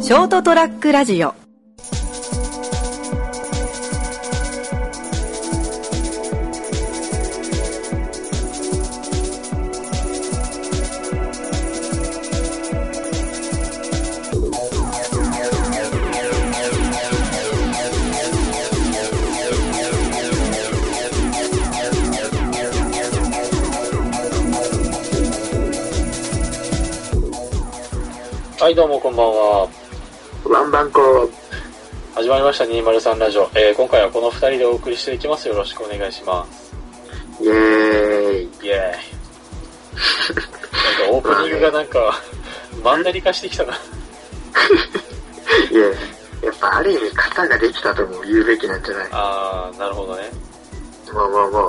ショートトラックラジオはい、どうもこんばんは。ワンバンコ、始まりました203ラジオ。えー、今回はこの2人でお送りしていきます。よろしくお願いします。イェーイ。イエーイ。なんかオープニングがなんか、マンネリ化してきたな。いや、やっぱある意味型ができたとも言うべきなんじゃない あー、なるほどね。もうもうも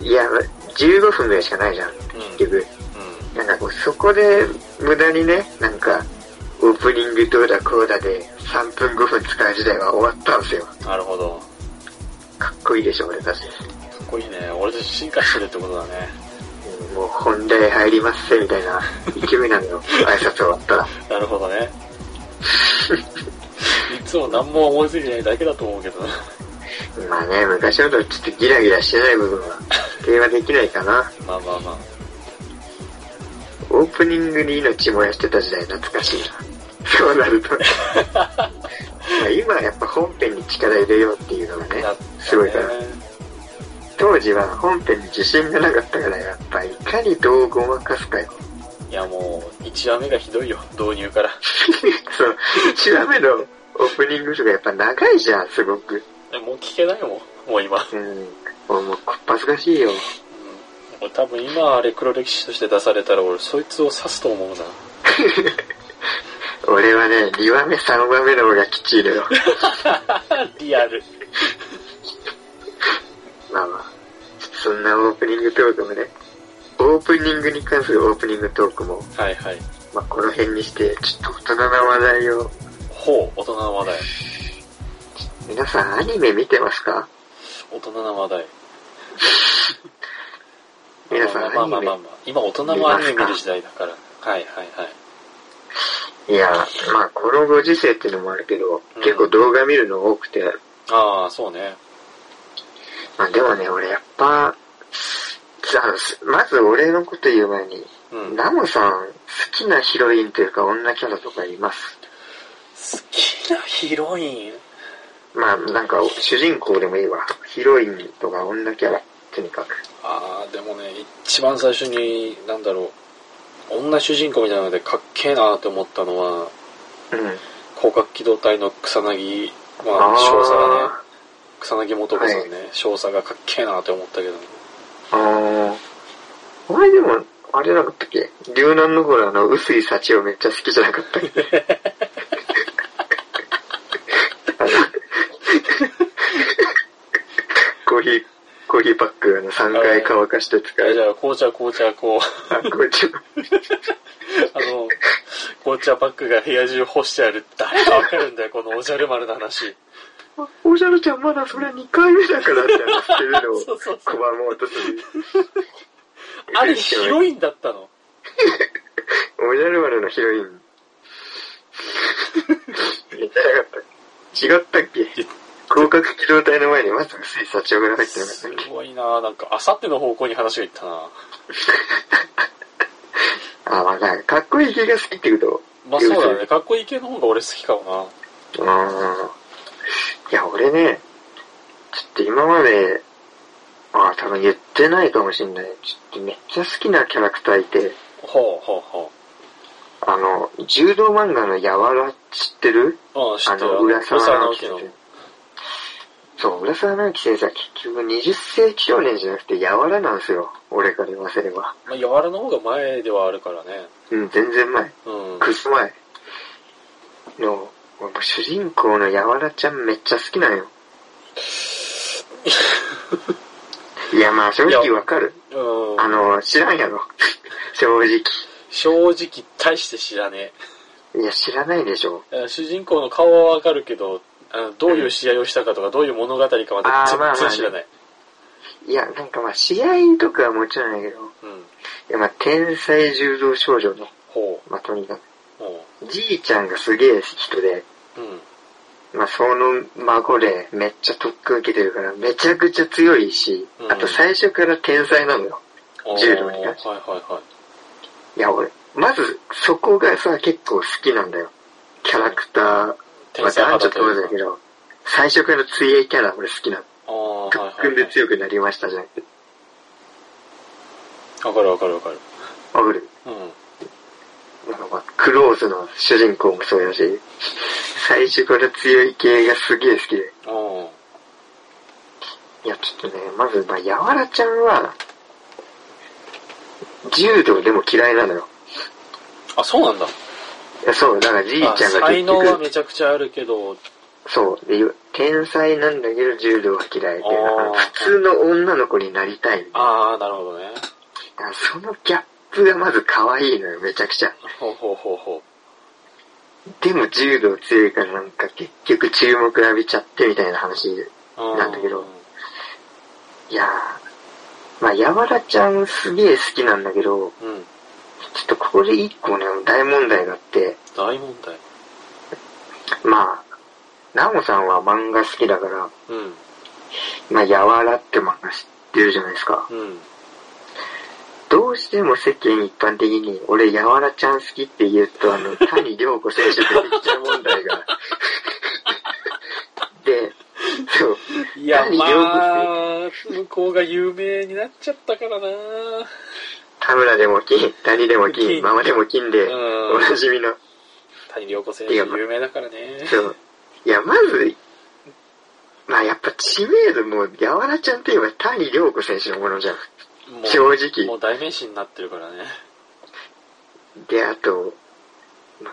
う。いや、15分ぐらいしかないじゃん、うん。結局。うなんかこう、そこで無駄にね、なんか、オープニングどうだこうだで3分5分使う時代は終わったんですよ。ん。なるほど。かっこいいでしょ、俺たち。かっこいいね。俺たち進化してるってことだね。うんもう本題入りますせ、みたいな勢いなのよ。挨拶終わったら。なるほど ね。いつも何も思いついてないだけだと思うけどな。まあね、昔ほどちょっとギラギラしてない部分は、定はできないかな。まあまあまあ。オープニングに命燃やしてた時代懐かしいな。そうな ると。まあ今はやっぱ本編に力入れようっていうのがねなったね、すごいから。当時は本編に自信がなかったから、やっぱいかにどうごまかすかよ。 いやもう、1話目がひどいよ。導入から。そう、1話目のオープニングとかやっぱ長いじゃん、すごく。えもう聞けないもん。もう今。うん。もう、もうこっぱずかしいよ。 俺多分今あれ黒歴史として出されたら俺そいつを刺すと思うな。俺はね、2話目、3話目の方がきちいのよ。リアル。まあまあ、そんなオープニングトークもね、オープニングに関するオープニングトークも、はいはい。まあ、この辺にして、ちょっと大人な話題を、ほう、大人の話題。皆さんアニメ見てますか大人の話題。皆さんまあアまニあまあまあメまあ。今大人もアニメ見る時代だから。はいはいはい。いや、まあこのご時世っていうのもあるけど、うん結構動画見るの多くて、ああ、そうね。まあでもね、俺やっぱ、あのすまず俺のこと言う前に、うん。好ナモさん、好きなヒロインというか女キャラとかいますきなヒロインまあなんか主人公でもいいわ。ヒロインとか女キャラ、とにかく。ああ、でもね、一番最初に、なんだろう。女主人公みたいなのでかっけえなーって思ったのは、うん。広角機動隊の草薙、まあ、少佐がねあ、草薙素子さんね、少佐がかっけえなーって思ったけどね。ーあー。前でも、あれなかったっけ龍南の頃あの、薄い幸をめっちゃ好きじゃなかったっけあのコーヒー、コーヒーパックあの3回乾かして使えじう。ゃあ、紅茶、紅茶、 こう、あ、こっちも。あの、紅茶パックが部屋中干してある。誰がわかるんだよ、このおじゃる丸の話。おじゃるちゃんまだそれ2回目だからって言ってるのそをうそうそう拒もうとする。あれ、ヒロインだったの。おじゃる丸のヒロイン。言ってなかった。違ったっけ広角機動隊の前にまず薄い幸男が入ってなかったすっけごいなぁ。なんか、あさっての方向に話がいったなあ、まあなんか、かっこいい系が好きってことまあそうだね。かっこいい系の方が俺好きかもうーん。いや、俺ね、ちょっと今まで、あ、多分言ってないかもしんない。ちょっとめっちゃ好きなキャラクターいて、なほうほうほあの、柔道漫画のやわら知ってるう。うん、知っあてる。の、浦沢直直樹樹先の。生。そう、浦沢直樹先生は結局20世紀少年じゃなくて柔らなんですよ。俺から言わせれば。まあ、柔らの方が前ではあるからね。うん、全然前。うん。クズ前。の、俺も主人公の柔らちゃんめっちゃ好きなん よ。いや、まあ正直わかる。うん。あの、知らんやろ。 正直。正直、大して知らねいや、知らないでしょ。え。主人公の顔はわかるけど、あのどういう試合をしたかとか、どういう物語かまあーでまあまあ全然知らない。いや、なんかまあ試合とかはもちろんやけど、いうん。やまあ天才柔道少女の、ほまあとにかくう。ほう。で、じいちゃんがすげえ人で、うん。まあ、その孫でめっちゃ特訓受けてるから、めちゃくちゃ強いしう、んあと最初から天才なのよ。あー柔道にはいねはいはいや、俺、まずそこがさ、結構好きなんだよ。キャラクター、い。まあ、男女といとだけど、最初から強いキャラ俺好きなの。ああ、はい特はい、訓はいで。強くなりましたじゃなくて。わかるわかるわかる。あ、俺、うん。なんかまあクローズの主人公もそうだし、最初から強い系がすげえ好きで。あいや、ちょっとね、まず、まあ、やわらちゃんは、柔道でも嫌いなのよ。あ。あ、そうなんだ。いやそう、だからじいちゃんがあ結局、才能はめちゃくちゃあるけど、そう、で天才なんだけど柔道は嫌いあで、ー普通の女の子になりたいの。ああ、なるほどね。そのギャップがまず可愛いのよ、めちゃくちゃ。ほうほうほうほでも柔道強いからなんか結局注目浴びちゃってみたいな話で。う。うなんだけどいやー、まあ、やわらちゃんすげえ好きなんだけど、うん。ちょっとここで一個ね、大問題があって、大問題。まあ、ナオさんは漫画好きだから、うん。まあ、やわらって漫画知ってるじゃないですか。うん。どうしても世間一般的に、俺、やわらちゃん好きって言うと、あの、谷良子選手出てきちゃう問題が。 で、そう、いや、何ま両あ、向こうが有名になっちゃったからな。田村でも金、谷でも金、金ママでも金で、うんおなじみの、谷良子選手有名だからね。そう。いや、まず、まあやっぱ知名度も、やわらちゃんって言えば谷良子選手のものじゃん。も正う、も直。う代名詞になってる からね。で、あと、ま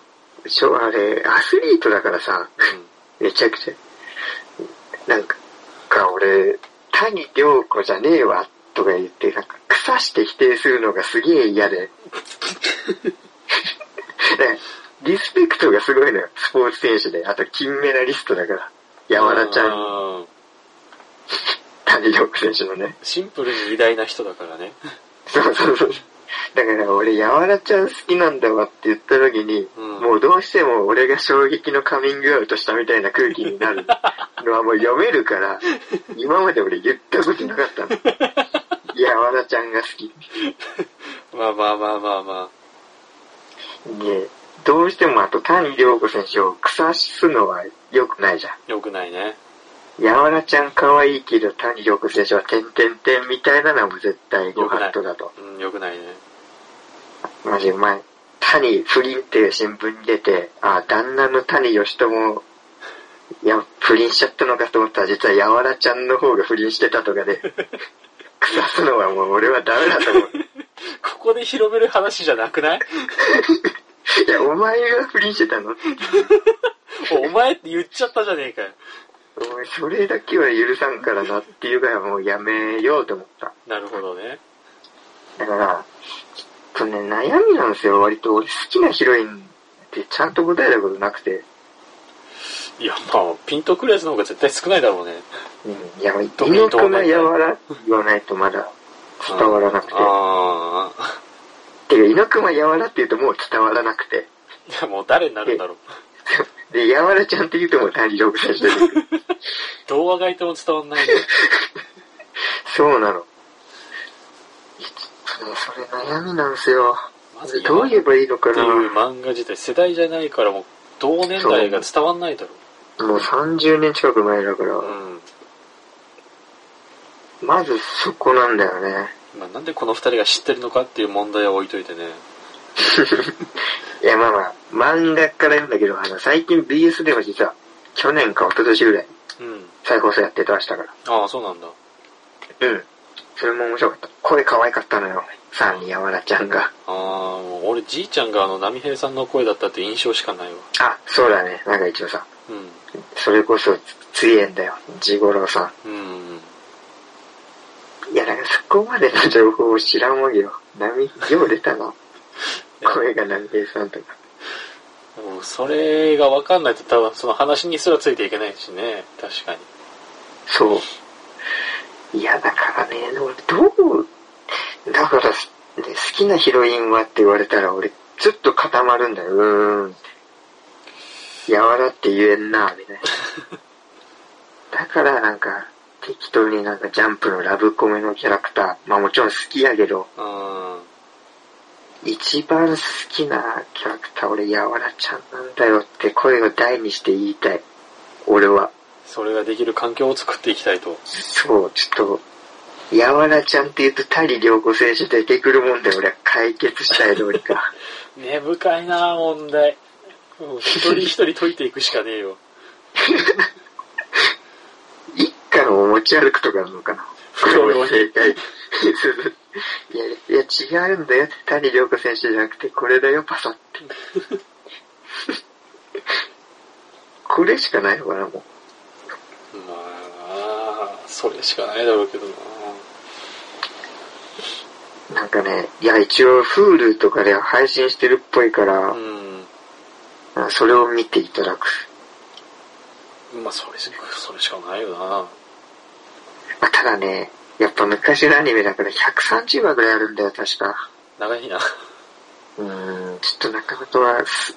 しょあれ、アスリートだからさ、めちゃくちゃ。なんか、か俺、谷良子じゃねえわ、とか言って、なんか、腐して否定するのがすげえ嫌で。 ねリスペクトがすごいのよ、スポーツ選手で。あと、金メダリストだから。うやわらちゃん、ん。谷良子選手のね。シンプルに偉大な人だからね。そうそうそう。 だから俺、やわらちゃん好きなんだわって言った時に、うんもうどうしても俺が衝撃のカミングアウトしたみたいな空気になるのはもう読める から、今まで俺言ったことなかったの。やわらちゃんが好き。まあまあまあまあまで、どうしてもあと谷良子選手を草すのは良くないじゃあ、良くないね。ん。やわらちゃん可愛いけど谷良子選手は点々点みたいなのはもう絶対ご法度だと。うん、良くないね。マジうまい。谷不倫っていう新聞に出て、あ、旦那の谷義友、いや、不倫しちゃったのかと思ったら、実はやわらちゃんの方が不倫してたとかで、 腐すのはもう俺はダメだと思う。ここで広める話じゃなくない いや、お前が不倫してたのお前って言っちゃったじゃねえかよ。お前、それだけは許さんからなっていうからもうやめようと思った。なるほどね。だから、ちょっとね、悩みなんですよ、割と。俺好きなヒロインってちゃんと答えたことなくて。いや、まあ、ピントクレーズの方が絶対少ないだろうね。うん、いや、猪熊柔ら言わないとまだ伝わらなくて。ああ。てか、猪熊柔らって言うともう伝わらなくて。いや、もう誰になるんだろう。で、柔らちゃんって言うともう谷六選手 出てくる。童話がいても伝わんないね。そうなの。いやちょっとね、それ悩みなんすよ。まず、どう言えばいいのかっていうな。漫画自体世代じゃないからもう同年代が伝わんないだろもう30年近く前だからう、うんまずそこなんだよね。 まあなんでこの二人が知ってるのかっていう問題は置いといてねいや、まあまあ、漫画から言うんだけど、あの、最近 BS でも実は、去年か一昨年ぐらい、うん再放送やってましたから。ああそうなんだあうん。それも面白かった。声可愛かったのよ。さらにやわらちゃんが。あもう俺じいちゃんがあの波平さんの声だったって印象しかないわあ、そうだね。なんか一応さ、うんそれこそつ強えんだよ。ジゴロウさうんん。いや、だからそこまでの情報を知らんわけよ。波、よう出たの。声が波平さんとか。もうそれが分かんないと多分その話にすらついていけないしね確かにそう。いや、だからね、俺どう、だから、ね、好きなヒロインはって言われたら俺、ちょっと固まるんだよ。うーん。柔らって言えんな、みたいな。だからなんか、適当になんかジャンプのラブコメのキャラクター、まあもちろん好きやけど、あ一番好きなキャラクター俺柔らちゃんなんだよって声を大にして言いたい。俺は。それができる環境を作っていきたいと。そう、ちょっと、柔らちゃんって言うと谷良子選手出てくるもんで俺は解決したいどうにか。根深いな問題。 もう一人一人解いていくしかねえよ。一家のお持ち歩くとかなのかな不協これも和正解。いや、いや違うんだよって谷良子選手じゃなくてこれだよパサって。これしかないのかなもう。まあなそれしかないだろうけどななんかね、いや、一応、Hulu とかで配信してるっぽいから、うあそれを見ていただく。ん。まあ、それしそれしかないよなあただね、やっぱ昔のアニメだから130話ぐらいあるんだよ、確か。長いな。うーん、ちょっとなかなかは、す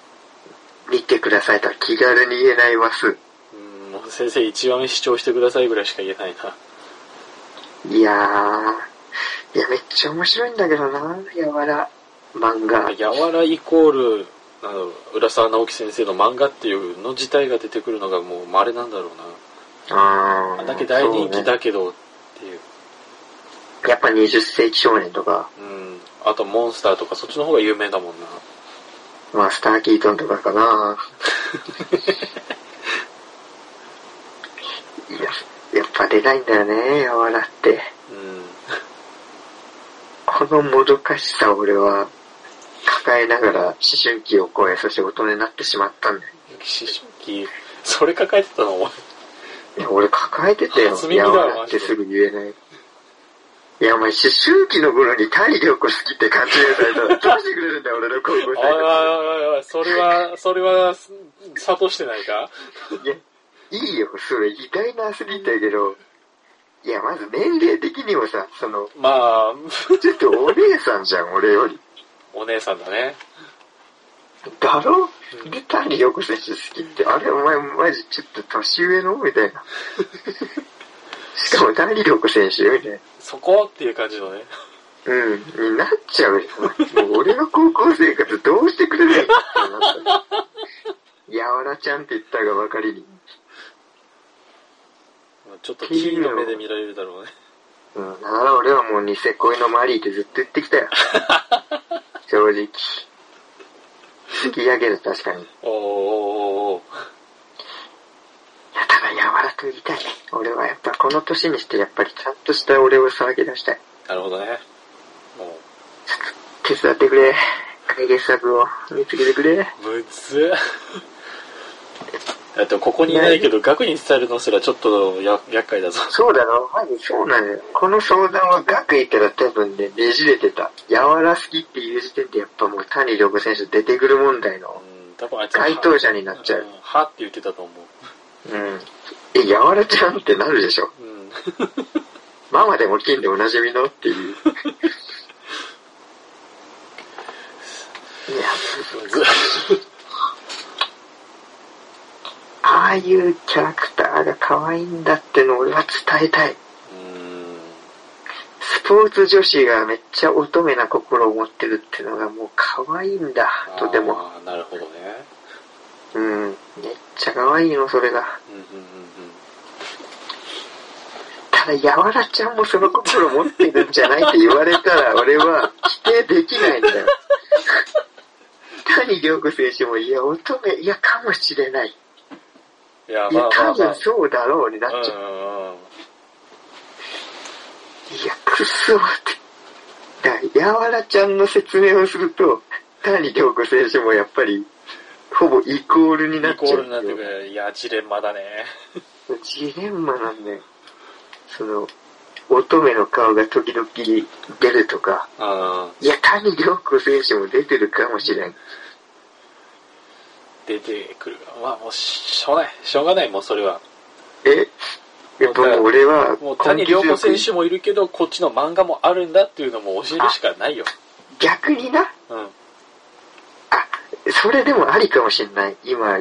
見てくださいとは気軽に言えない話数。うん、もう先生1話目視聴してくださいぐらいしか言えないな。いやー、いや、めっちゃ面白いんだけどな、やわら、漫画。やわらイコール、なんだろう、浦沢直樹先生の漫画っていうの自体が出てくるのがもう稀なんだろうな。あーあんだけ大人気そうねだけどっていう。やっぱ20世紀少年とか、うん。あと、モンスターとかそっちの方が有名だもんな。まあ、スターキートンとかか ないや、やっぱ出ないんだよね、やわらって。うん。このもどかしさを俺は抱えながら思春期を越え、そして大人になってしまったんだよ。思春期、それ抱えてたのお前いや俺抱えててよ初、耳やだわわらってすぐ言えない。いや、お前、思春期の頃に太陽子好きって感じるされたら、どうしてくれるんだよ、俺の高校おいおい生活。おいおい、それは、それは、悟してないかいや、いいよ、それ、偉大なアスリートやけど、いや、まず年齢的にもさ、その、まあ、ちょっとお姉さんじゃん、俺より。お姉さんだね。だろうんで、単によこ選手好きって、あれ、お前、マジ、ちょっと年上のみたいな。しかも、単によこ選手みたいな。そこっていう感じのね。うん、になっちゃうよ。もう俺の高校生活どうしてくれないってなった。やわらちゃんって言ったがばかりに。ちょっと金の目で見られるだろうね。うん、だから俺はもうニセ恋のマリーってずっと言ってきたよ。正直。好きやけど確かに。いおーおーおーおーや、ただやわらと言いたい。俺はやっぱこの年にしてやっぱりちゃんとした俺を騒ぎ出したい。なるほどね。も手伝ってくれ。解決策を見つけてくれ。う、む ずっ。だってここにいないけど、額に伝えるのすらちょっとや厄介だぞ。そうだろ、マジそうなのよ。この相談は学行ったら多分ね、ねじれてた。柔ら好きっていう時点でやっぱもう谷良子選手出てくる問題うのん、多分あいつ該当者になっちゃう。んはって言ってたと思うん。え、柔らちゃんってなるでしょ。う。うん。ママでも金でおなじみのっていう。いや、むずっ。ああいうキャラクターが可愛いんだってのを俺は伝えたい。うん。スポーツ女子がめっちゃ乙女な心を持ってるってのがもう可愛いんだ、 とても。あー。なるほどね。うん。めっちゃ可愛いの、それが。うんうんうんうん。ただ、やわらちゃんもその心持ってるんじゃないって言われた ら、俺は否定できないんだよ。谷涼子選手も、いや、乙女、いや、かもしれない。いや、いまやあ、ま多あ、まあ分。そうだろうになっうんちゃう。うんうん。いや、くっそって。だから、やわらちゃんの説明をすると、谷涼子選手もやっぱり、ほぼイコールになイっコちゃーうルんにだなっよ。てくる。いや、ジレンマだね。ジレンマなんだよ。その、乙女の顔が時々出るとか、あいや、谷良子選手も出てるかもしれん。ー出てくる。まあ、もう、しょうがない。しょうがない、もうそれは。えやっぱもう俺は、もう、谷根気強良子く選手もいるけど、こっちの漫画もあるんだっていうのも教えるしかないよ。逆にな、うん。あ、それでもありかもしれない。今、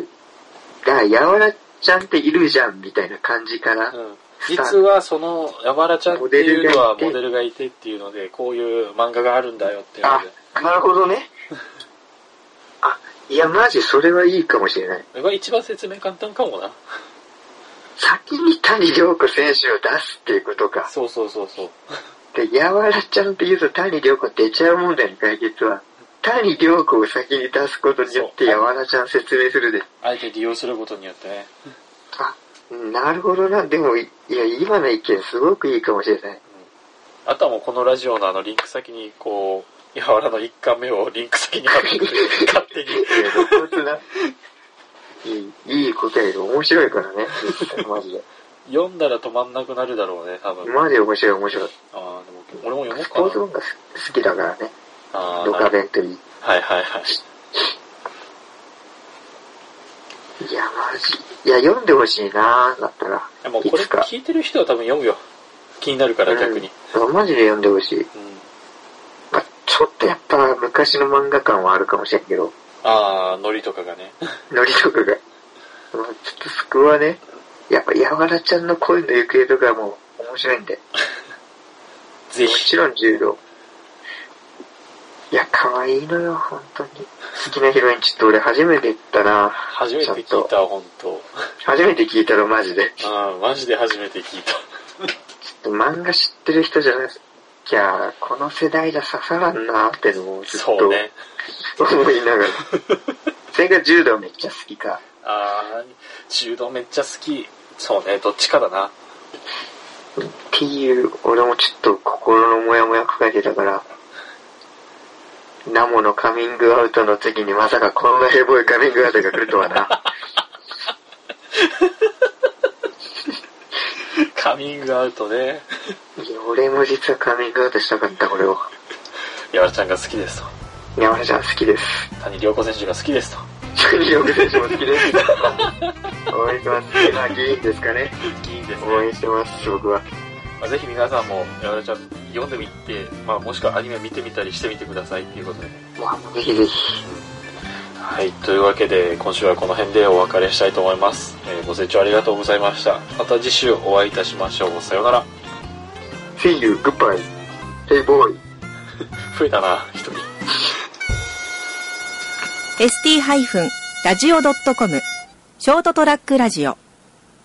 が、やわらちゃんっているじゃん、みたいな感じから、うん、実はそのやわらちゃんっていうのはモデルがいてっていうのでこういう漫画があるんだよっていうのあで、なるほどね。あ、いや、マジそれはいいかもしれない。これが一番説明簡単かもな先に谷涼子選手を出すっていうことか。そうそうそうそうで、やわらちゃんって言うと谷涼子出ちゃう問題の解決は、谷涼子を先に出すことによっそてうやわらちゃん説明するで。あえて利用することによってね、あ、うんなるほどな。でも、いいや、今の意見すごくいいかもしれない。あとはもうこのラジオのあのリンク先にこうやわらの一巻目をリンク先に貼ってくる勝手にいや露骨な。いい、いい答えで面白い からね。マジで。読んだら止まんなくなるだろうね多分マジで面白い面白い。ああでも俺もスポー読ツもう漫画好きだからね。かなああドカベンといい。はいはいはいいや、マジ。いや、読んでほしいなだったら。でもこれいつか聞いてる人は多分読むよ気になるから逆にうんマジで読んでほしい。うん、まあ、ちょっとやっぱ昔の漫画感はあるかもしれんけど、ああノリとかがねノリとかが。まあ、ちょっとスクはね、やっぱ、やわらちゃんの恋の行方とかも面白いんで。ぜもひちろん柔道。いや、可愛いのよ、本当に。好きなヒロインちょっと俺初めて言ったな。初めてちゃ聞んいと。た本当初めて聞いたのマジで。ああマジで初めて聞いたちょっと漫画知ってる人じゃなきゃ、この世代じゃ刺さらんなってのをずっとそうね思いな がら。それが柔道めっちゃ好きか。ああ柔道めっちゃ好きそうねどっちかだなっていう、俺もちょっと心のモヤモヤ抱えてたから、ナモのカミングアウトの次にまさかこんなヘボいカミングアウトが来るとは な。カミングアウトねいや、俺も実はカミングアウトしたかった、これを。やわらちゃんが好きですと山田ちゃん好きです。谷涼子選手が好きですと谷岡選手も好きです。 応援してます。まあ、議員ですかね。いいですね応援してます、僕は。まあ、ぜひ皆さんもやわらちゃん読んでみて、まあ、もしくはアニメ見てみたりしてみてくださいっていうことでねまあ、ぜひぜひ。はい、というわけで今週はこの辺でお別れしたいと思います、えーご清聴ありがとうございましたまた次週お会いいたしましょうさようなら See you, goodbye. Hey, boy. 増えたな一人 ST-radio.com ショートトラックラジオ